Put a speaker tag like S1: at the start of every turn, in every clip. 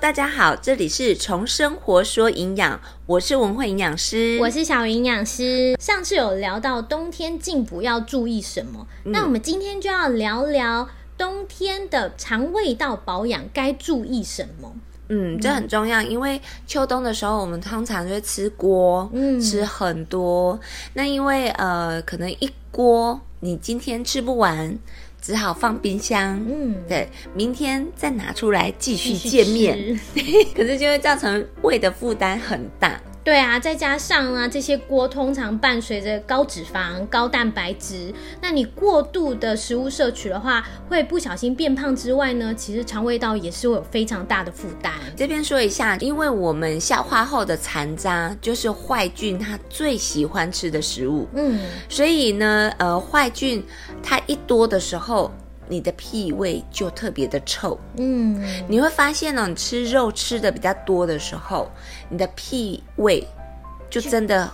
S1: 大家好，这里是从生活说营养，我是文慧营养师，
S2: 我是小营养师。上次有聊到冬天进补要注意什么，
S1: 嗯
S2: 那我们今天就要聊聊冬天的肠胃道保养该注意什么。
S1: 嗯，这很重要，因为秋冬的时候，我们通常就会吃锅，
S2: 嗯
S1: 吃很多。那因为呃，可能一锅你今天吃不完，只好放冰箱，
S2: 嗯，
S1: 对，明天再拿出来继续
S2: 继续
S1: 见面，
S2: 吃。
S1: 可是就会造成胃的负担很大。
S2: 对啊，再加上啊，这些锅通常伴随着高脂肪、高蛋白质。那你过度的食物摄取的话，会不小心变胖之外呢，其实肠胃道也是会有非常大的负担。
S1: 这边说一下，因为我们消化后的残渣就是坏菌它最喜欢吃的食物，
S2: 嗯，
S1: 所以呢，呃，坏菌它一多的时候，你的屁味就特别的臭。
S2: 嗯，
S1: 你会发现呢、你吃肉吃的比较多的时候，你的屁味就真的，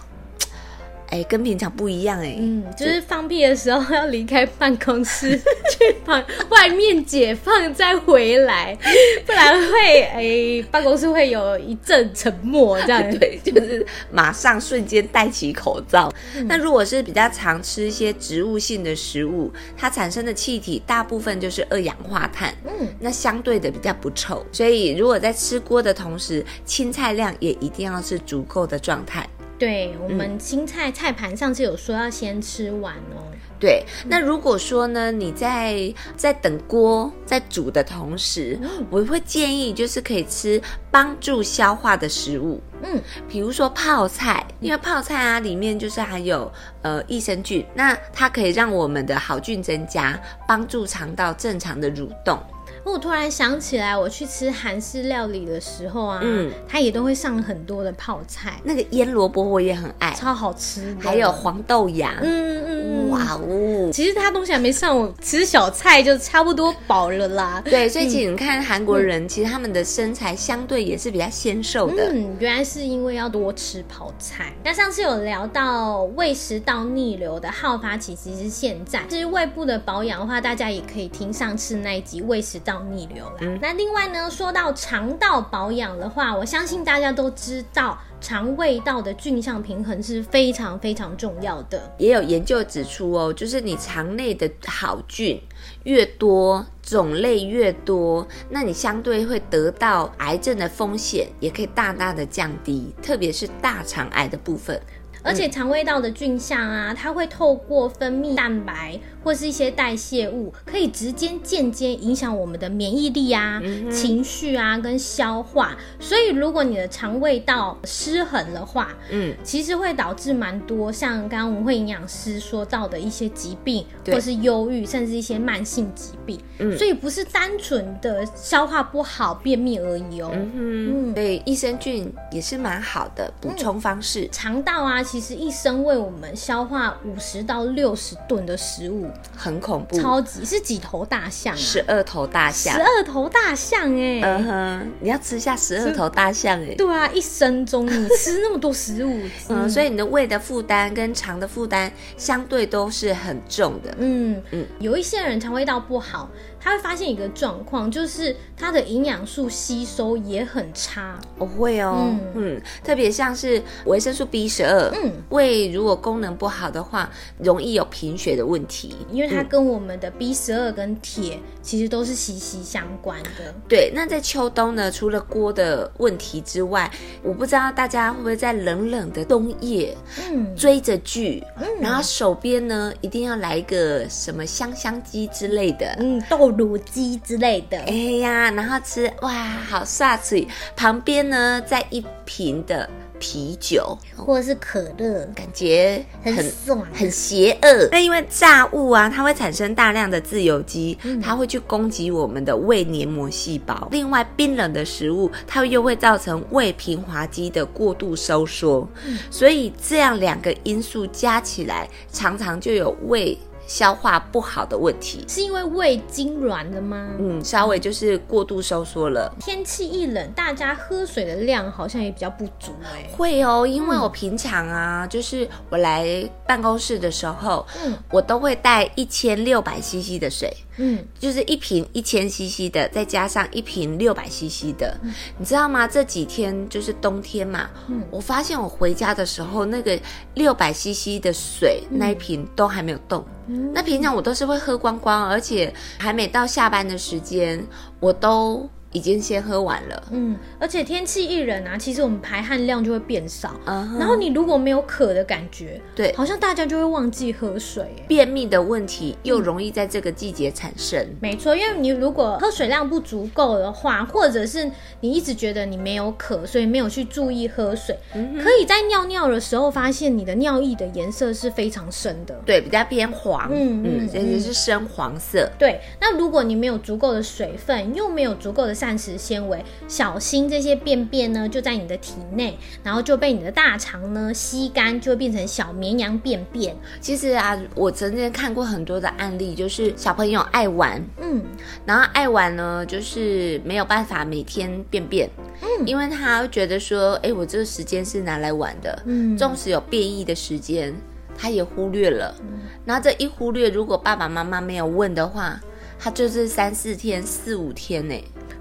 S1: 哎，跟平常不一样哎。
S2: 嗯，就是放屁的时候要离开办公室， 去旁外面解放再回 来，不然会诶、办公室会有一阵沉默这样。
S1: 对，就是马上瞬间戴起口罩。那如果是比较常吃一些植物性的食物，它产生的气体大部分就是二氧化碳，
S2: 嗯，
S1: 那相对的比较不臭。所以如果在吃锅的同时，青菜量也一定要是足够的状态。
S2: 对，我们青菜菜盘上次有说要先吃完哦。
S1: 对，那如果说呢，你在在等锅在煮的同时，
S2: 哦
S1: 我会建议就是可以吃帮助消化的食物，
S2: 嗯，
S1: 比如说泡菜，因为泡菜啊里面就是含有呃益生菌，那它可以让我们的好菌增加，帮助肠道正常的蠕动。
S2: 我突然想起来，我去吃韩式料理的时候啊，
S1: 嗯
S2: 它也都会上很多的泡菜，
S1: 那个腌萝卜我也很爱，
S2: 超好吃的。
S1: 还有，黄豆芽，
S2: 嗯嗯嗯，哇，
S1: 哇哦！
S2: 其实它东西还没上，我吃小菜就差不多饱了啦。
S1: 对，所以其实你看韩国人，其实他们的身材相对也是比较纤瘦的。
S2: 嗯，原来是因为要多吃泡菜。那上次有聊到胃食道逆流的好发期，其实是现在。至于胃部的保养的话，大家也可以听上次那一集胃食道逆流啦。那另外呢，说到肠道保养的话，我相信大家都知道，肠胃道的菌相平衡是非常非常重要的。
S1: 也有研究指出哦，就是你肠内的好菌越多，种类越多，那你相对会得到癌症的风险也可以大大的降低，特别是大肠癌的部分。
S2: 而
S1: 嗯
S2: 且肠胃道的菌相啊，它会透过分泌蛋白或是一些代谢物，可以直接间接影响我们的免疫力啊、
S1: 嗯
S2: 情绪啊跟消化。所以如果你的肠胃道失衡的话，
S1: 嗯，
S2: 其实会导致蛮多像刚刚我们会营养师说到的一些疾病，
S1: 对
S2: 或是忧郁，甚至一些慢性疾病。
S1: 嗯
S2: 所以不是单纯的消化不好、便秘而已哦。
S1: 嗯，所以益生菌也是蛮好的补充方式。
S2: 肠道啊，其实一生为我们消化五十到六十吨的食物，
S1: 很恐怖，
S2: 超级是几头大象啊？
S1: 十二头大
S2: 十
S1: 象。
S2: 二头大象哎、
S1: 嗯哼，你要吃下十二头大象哎、，
S2: 对啊，一生中你吃那么多食物
S1: 嗯，所以你的胃的负担跟肠的负担相对都是很重的。
S2: 嗯
S1: 嗯
S2: 嗯，有一些人肠胃道不好，他会发现一个状况，就是他的营养素吸收也很差。
S1: 我会哦，嗯
S2: 嗯
S1: 特别像是维生素 B 十二，
S2: 嗯，
S1: 胃如果功能不好的话，容易有贫血的问题。
S2: 因为它跟我们的 B 十二跟铁其实都是息息相关的。
S1: 对，那在秋冬呢，除了锅的问题之外，我不知道大家会不会在冷冷的冬夜
S2: 嗯，
S1: 追着剧，然后手边呢一定要来一个什么香香鸡之类的。
S2: 嗯，豆乳鸡之类的。
S1: 哎呀，然后吃哇，好煞嘴！旁边呢，再一瓶的啤酒，
S2: 或者是可乐，
S1: 感觉很
S2: 爽
S1: 很邪恶。那因为炸物啊，它会产生大量的自由基，它会去攻击我们的胃黏膜细胞。另外，冰冷的食物，它又会造成胃平滑肌的过度收缩。所以，这样两个因素加起来，常常就有胃消化不好的问题。
S2: 是因为胃痉挛的吗？
S1: 嗯，稍微就是过度收缩了。
S2: 天气一冷，大家喝水的量好像也比较不足哎、
S1: 会哦，因为我平常啊，就是我来办公室的时候，
S2: 嗯
S1: 我都会带一千六百 CC 的水，
S2: 嗯，
S1: 就是一瓶一千 CC 的，再加上一瓶六百 CC 的，你知道吗？这几天就是冬天嘛，
S2: 嗯
S1: 我发现我回家的时候，那个六百 CC 的水、那一瓶都还没有动。
S2: 嗯
S1: 那平常我都是会喝光光，而且还没到下班的时间，我都已经先喝完了。
S2: 嗯，而且天气一冷啊，其实我们排汗量就会变少。
S1: 嗯哼
S2: 然后你如果没有渴的感觉，
S1: 对
S2: 好像大家就会忘记喝水欸耶。
S1: 便秘的问题又容易在这个季节产生。
S2: 没错，因为你如果喝水量不足够的话，或者是你一直觉得你没有渴，所以没有去注意喝水，
S1: 嗯
S2: 可以在尿尿的时候发现你的尿液的颜色是非常深的。
S1: 对，比较偏黄，
S2: 嗯
S1: 嗯，
S2: 嗯
S1: 这就是深黄色。
S2: 对，那如果你没有足够的水分，又没有足够的膳食纤维，小心这些便便呢就在你的体内，然后就被你的大肠呢吸干，就会变成小绵羊便便。
S1: 其实啊，我曾经看过很多的案例，就是小朋友爱玩，
S2: 嗯，
S1: 然后爱玩呢，就是没有办法每天便便，嗯，因为他会觉得说，哎，我这个时间是拿来玩的，
S2: 嗯
S1: 纵使有变异的时间，他也忽略了。
S2: 嗯
S1: 然后这一忽略，如果爸爸妈妈没有问的话，他就是三四天、四五天呢，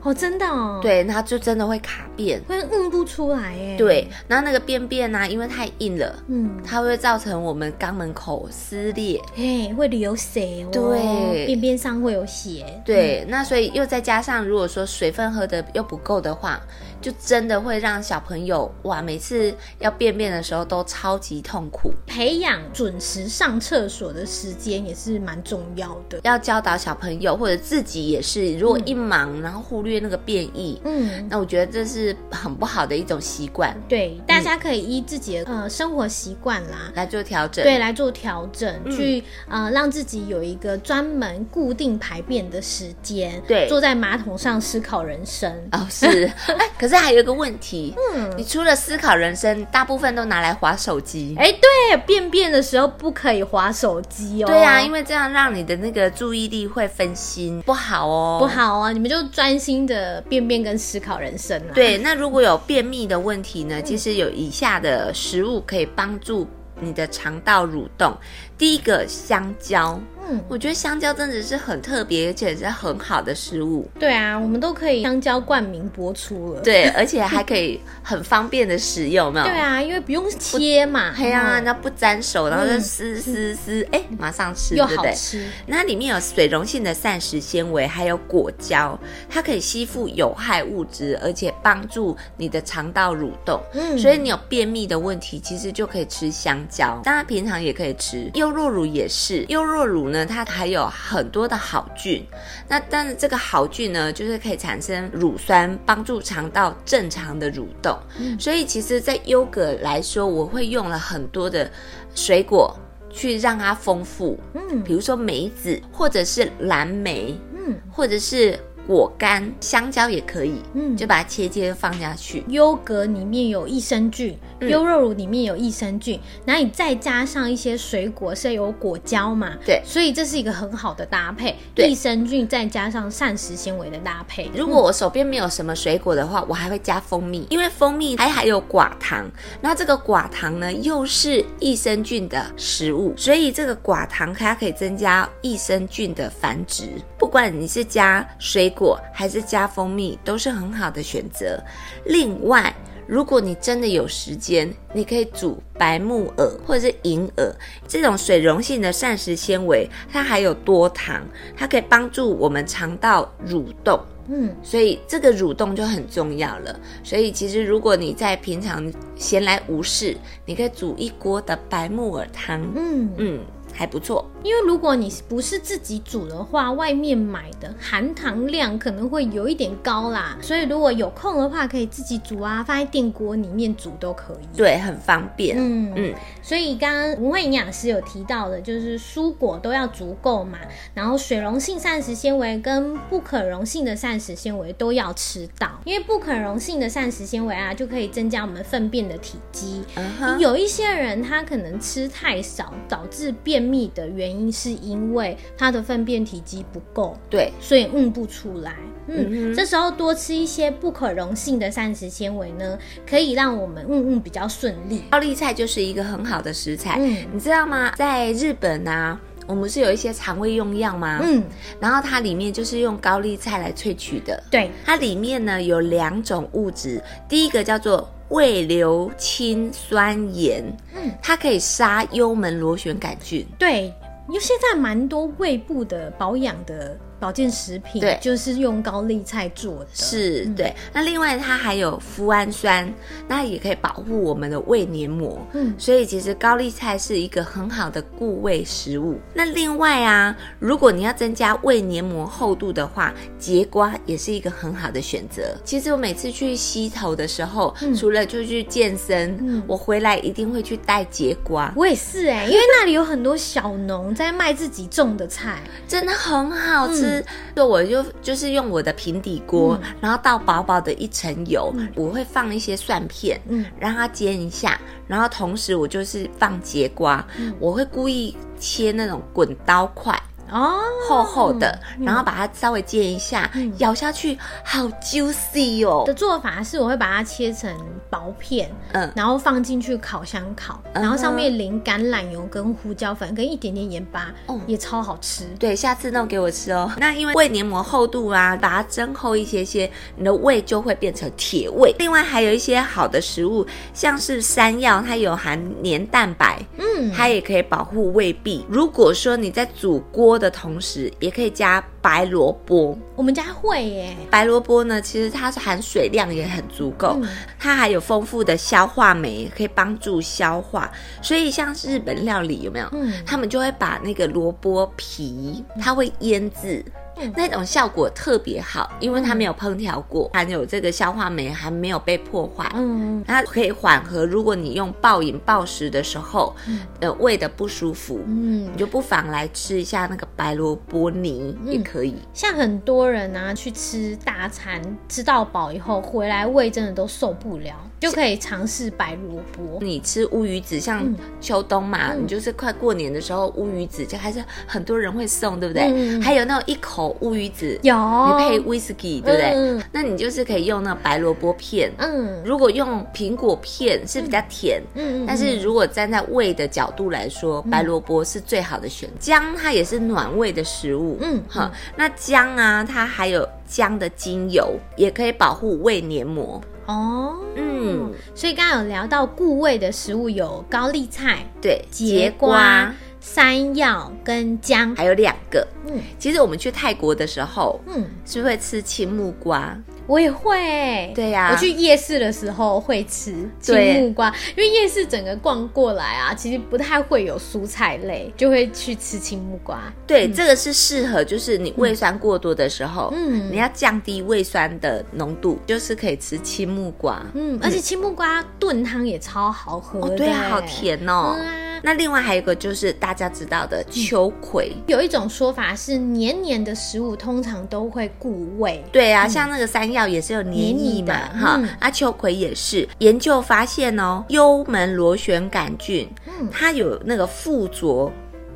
S2: 哦，真的哦，，
S1: 对，那就真的会卡便。
S2: 会嗯不出来耶。，
S1: 对，然后那个便便呢、因为太硬了，
S2: 嗯，
S1: 它会造成我们肛门口撕裂。
S2: 哎，会流血哦，
S1: 对
S2: 便便上会有血。
S1: 对，那所以又再加上，如果说水分喝的又不够的话，就真的会让小朋友哇，每次要便便的时候都超级痛苦。
S2: 培养准时上厕所的时间也是蛮重要的。
S1: 要教导小朋友或者自己也是，如果一忙然后忽略那个便意，
S2: 嗯，
S1: 那我觉得这是很不好的一种习惯，
S2: 对，
S1: 嗯
S2: 大家可以依自己的、呃生活习惯啦，
S1: 来做调整。
S2: 对，来做调整，
S1: 嗯
S2: 去呃让自己有一个专门固定排便的时间，
S1: 对
S2: 坐在马桶上思考人生。
S1: 哦，是，哎，可是还有一个问题，
S2: 嗯，
S1: 你除了思考人生，大部分都拿来划手机。
S2: 哎，对，便便的时候不可以划手机哦。
S1: 对啊，因
S2: 为。
S1: 为这样让你的那个注意力会分心，不好哦，
S2: 不。好哦，你们就专心的便便跟思考人生啦。，
S1: 对，那
S2: 嗯
S1: 如果有便秘的问题呢，其实有以下的食物可以帮助你的肠道蠕动。第一个，香蕉。
S2: 嗯，
S1: 我觉得香蕉真的是很特别，而且是很好的食物，
S2: 对啊，我们都可以香蕉冠名播出了。
S1: 对，而且还可以很方便的食用，有没有？
S2: 对啊，因为不用切嘛，
S1: 嘿啊，
S2: 嗯
S1: 那不沾手，然后就
S2: 嗯
S1: 撕撕撕，哎、马上吃，
S2: 又
S1: 对不
S2: 好
S1: 对？
S2: 吃。
S1: 那里面有水溶性的膳食纤维，还有果胶，它可以吸附有害物质，而且帮助你的肠道蠕动。
S2: 嗯
S1: 所以你有便秘的问题，其实就可以吃香蕉，当然平常也可以吃。优酪乳也是，优酪乳呢，它还有很多的好菌。那但是这个好菌呢，就是可以产生乳酸，帮助肠道正常的蠕动。所以其实，在优格来说，我会用了很多的水果去让它丰富。
S2: 嗯
S1: 比如说梅子，或者是蓝莓，
S2: 嗯
S1: 或者是果干，香蕉也可以，
S2: 嗯，
S1: 就把它切切放下去。
S2: 优格里面有益生菌，
S1: 嗯
S2: 优酪乳里面有益生菌，然后你再加上一些水果是有果胶嘛，
S1: 对
S2: 所以这是一个很好的搭配，
S1: 对
S2: 益生菌再加上膳食纤维的搭配。
S1: 如果我手边没有什么水果的话，我还会加蜂蜜，因为蜂蜜还含有寡糖，那这个寡糖呢又是益生菌的食物，所以这个寡糖它可以增加益生菌的繁殖。不管你是加水果还是加蜂蜜，都是很好的选择。另外，如果你真的有时间，你可以煮白木耳或者是银耳这种水溶性的膳食纤维，它还有多糖，它可以帮助我们肠道蠕动。
S2: 嗯
S1: 所以这个蠕动就很重要了。所以其实如果你在平常闲来无事，你可以煮一锅的白木耳汤，
S2: 嗯，
S1: 嗯，还不错。
S2: 因为如果你不是自己煮的话，外面买的含糖量可能会有一点高啦，所以如果有空的话，可以自己煮啊，放在电锅里面煮都可以。
S1: 对，很方便。
S2: 嗯
S1: 嗯
S2: 所以刚刚文慧营养师有提到的，就是蔬果都要足够嘛，然后水溶性膳食纤维跟不可溶性的膳食纤维都要吃到，因为不可溶性的膳食纤维啊，就可以增加我们粪便的体积。
S1: 嗯哼，
S2: 有一些人他可能吃太少，导致便秘的原因是因为他的粪便体积不够，
S1: 对，
S2: 所以嗯不出来。嗯，
S1: 嗯哼
S2: 这时候多吃一些不可溶性的膳食纤维呢，可以让我们嗯嗯比较顺利。
S1: 高丽菜就是一个很好的食材。
S2: 嗯
S1: 你知道吗？在日本啊，我们是有一些肠胃用药吗？
S2: 嗯，
S1: 然后它里面就是用高丽菜来萃取的，
S2: 对，
S1: 它里面呢有两种物质，第一个叫做胃硫氰酸盐，
S2: 嗯
S1: 它可以杀幽门螺旋杆菌。
S2: 对，因为现在蛮多胃部的保养的保健食品，
S1: 对
S2: 就是用高丽菜做的，
S1: 是
S2: 嗯
S1: 对，那另外它还有脯氨酸，那也可以保护我们的胃黏膜。
S2: 嗯
S1: 所以其实高丽菜是一个很好的固胃食物。那另外啊，如果你要增加胃黏膜厚度的话，节瓜也是一个很好的选择。其实我每次去溪头的时候，
S2: 嗯
S1: 除了就去健身，
S2: 嗯
S1: 我回来一定会去带节瓜，
S2: 我也是 哎、因为那里有很多小农在卖自己种的菜，
S1: 真的很好
S2: 嗯
S1: 吃。对，我就就是用我的平底锅，然后倒薄薄的一层油，
S2: 嗯
S1: 我会放一些蒜片。
S2: 嗯，
S1: 让它煎一下，然后同时我就是放节瓜，
S2: 嗯
S1: 我会故意切那种滚刀块，
S2: 哦，
S1: 厚厚的，
S2: 嗯
S1: 然后把它稍微煎一下，
S2: 嗯
S1: 咬下去好 juicy 哦
S2: 的。做法是我会把它切成薄片，
S1: 嗯，
S2: 然后放进去烤箱烤，
S1: 嗯哼
S2: 然后上面淋橄榄油跟胡椒粉跟一点点盐巴，
S1: 哦
S2: 也超好吃。
S1: 对，下次弄给我吃哦。那因为胃黏膜厚度啊，把它蒸厚一些些，你的胃就会变成铁胃。另外还有一些好的食物，像是山药，它有含黏蛋白，
S2: 嗯，
S1: 它也可以保护胃壁。如果说你在煮锅的同时，也可以加白萝卜。
S2: 我们家会耶，
S1: 白萝卜呢，其实它是含水量也很足够，
S2: 嗯
S1: 它还有丰富的消化酶，可以帮助消化。所以像日本料理有没有？
S2: 嗯，
S1: 他们就会把那个萝卜皮，它会腌制。
S2: 嗯
S1: 那种效果特别好，因为它没有烹调过，含有这个消化酶，还没有被破坏，
S2: 嗯，
S1: 它可以缓和。如果你用暴饮暴食的时候
S2: 嗯，
S1: 呃，胃的不舒服，
S2: 嗯
S1: 你，就不妨来吃一下那个白萝卜泥，也
S2: 嗯
S1: 可以。
S2: 像很多人啊去吃大餐，吃到饱以后回来胃真的都受不了，就可以尝试白萝卜。
S1: 你吃乌鱼子，像
S2: 嗯
S1: 秋冬嘛，
S2: 嗯
S1: 你就是快过年的时候，乌鱼子就还是很多人会送，对不对？
S2: 嗯
S1: 还有那种一口乌鱼子，
S2: 有，
S1: 你配 whisky，对不对？
S2: 嗯
S1: 那你就是可以用那白萝卜片。
S2: 嗯嗯
S1: 如果用苹果片是比较甜，
S2: 嗯，
S1: 但是如果站在胃的角度来说，白萝卜是最好的选择。姜它也是暖胃的食物，
S2: 嗯
S1: 哈，那姜啊，它还有姜的精油，也可以保护胃黏膜。
S2: 哦，
S1: 嗯，
S2: 所以刚刚有聊到固胃的食物有高丽菜、
S1: 对，
S2: 节瓜、山药跟姜。
S1: 还有两个。
S2: 嗯
S1: 其实我们去泰国的时候，
S2: 嗯，
S1: 是不是会吃青木瓜？
S2: 我也会。
S1: 对呀
S2: 我去夜市的时候会吃
S1: 对
S2: 青木瓜，因为夜市整个逛过来啊，其实不太会有蔬菜类，就会去吃青木瓜。
S1: 对，这个是适合，就是你胃酸过多的时候，
S2: 嗯
S1: 哦你要降低胃酸的浓度，就是可以吃青木瓜。
S2: 嗯，而且青木瓜炖汤也超好喝的、
S1: 哦，对啊，好。甜哦。
S2: 嗯啊，
S1: 那另外还有一个就是大家知道的秋葵，
S2: 有一种说法是黏黏的食物通常都会固胃。
S1: 对啊，像那个山药也是有黏
S2: 嗯黏
S1: 液
S2: 腻
S1: 嘛，
S2: 的
S1: 哈、
S2: 嗯
S1: 啊，秋葵也是。研究发现哦，幽门螺旋杆菌
S2: 嗯
S1: 它有那个附着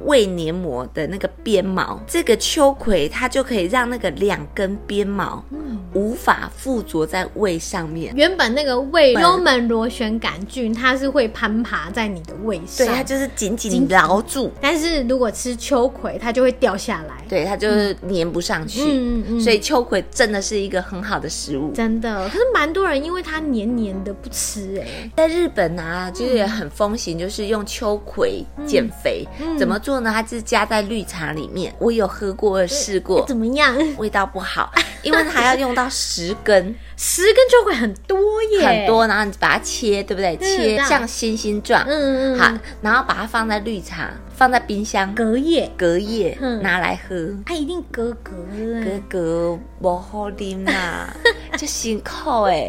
S1: 胃黏膜的那个鞭毛，这个秋葵它就可以让那个两根鞭毛
S2: 嗯。
S1: 无法附着在胃上面。
S2: 原本那个胃
S1: 本
S2: 幽门螺旋杆菌，它是会攀爬在你的胃
S1: 对，
S2: 上，
S1: 它就是紧紧
S2: 紧
S1: 牢住，
S2: 但是如果吃秋葵，它就会掉下来。
S1: 对，它就是粘不上去。
S2: 嗯嗯嗯
S1: 所以秋葵真的是一个很好的食物。
S2: 真的，可是蛮多人因为它黏黏的不吃哎、
S1: 在日本啊，就是也很风行，就是用秋葵减肥。
S2: 嗯
S1: 怎么做呢？它是加在绿茶里面，我有喝过试过，
S2: 哎怎么 样？
S1: 味道不好，因为它要用到十根。
S2: 十根秋葵很多耶，
S1: 很，多，然后你把它切，对不对？切
S2: 那
S1: 像星星状，
S2: 嗯嗯嗯，
S1: 好
S2: 嗯，，
S1: 然后把它放在绿茶，放在冰箱，
S2: 隔夜，
S1: 隔夜
S2: 嗯
S1: 拿来喝。
S2: 它一定隔隔哎
S1: 哥哥不好啉 啦，就辛苦哎、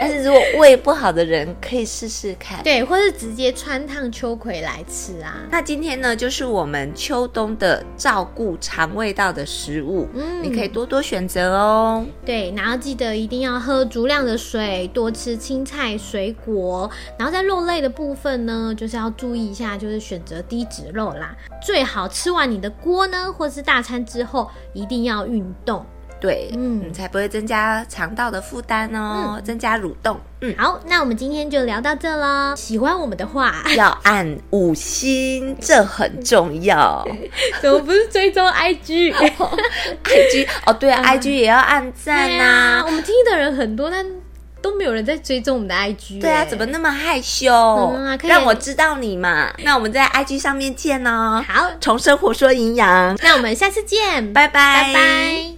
S1: 但是如果胃不好的人可以试试看。
S2: 对，或是直接穿烫秋葵来吃啊。
S1: 那今天呢，就是我们秋冬的照顾肠胃道的食物，
S2: 嗯
S1: 你可以多多选择哦。
S2: 对，然后记得一定要喝足量的水，多吃青菜、水果。然后在肉类的部分呢，就是要注意一下，就是选择低脂肉啦。最好吃完你的锅呢，或是大餐之后，一定要运动。
S1: 对，
S2: 嗯
S1: 嗯，才不会增加肠道的负担哦，增加蠕动。嗯，
S2: 好，那我们今天就聊到这喽。喜欢我们的话，
S1: 要按五星，这很重 要。
S2: 怎么不是追踪 IG？
S1: IG 哦，对啊、i g 也要按赞
S2: 对
S1: 呐、
S2: 啊，我们听的人很多，但都没有人在追踪我们的 IG 欸。
S1: 对啊，嗯怎么那么害羞？
S2: 啊可以
S1: 让我知道你嘛。那我们在 IG 上面见哦。
S2: 好？
S1: 从生活说营养，
S2: 那我们下次见，
S1: 拜拜
S2: 拜拜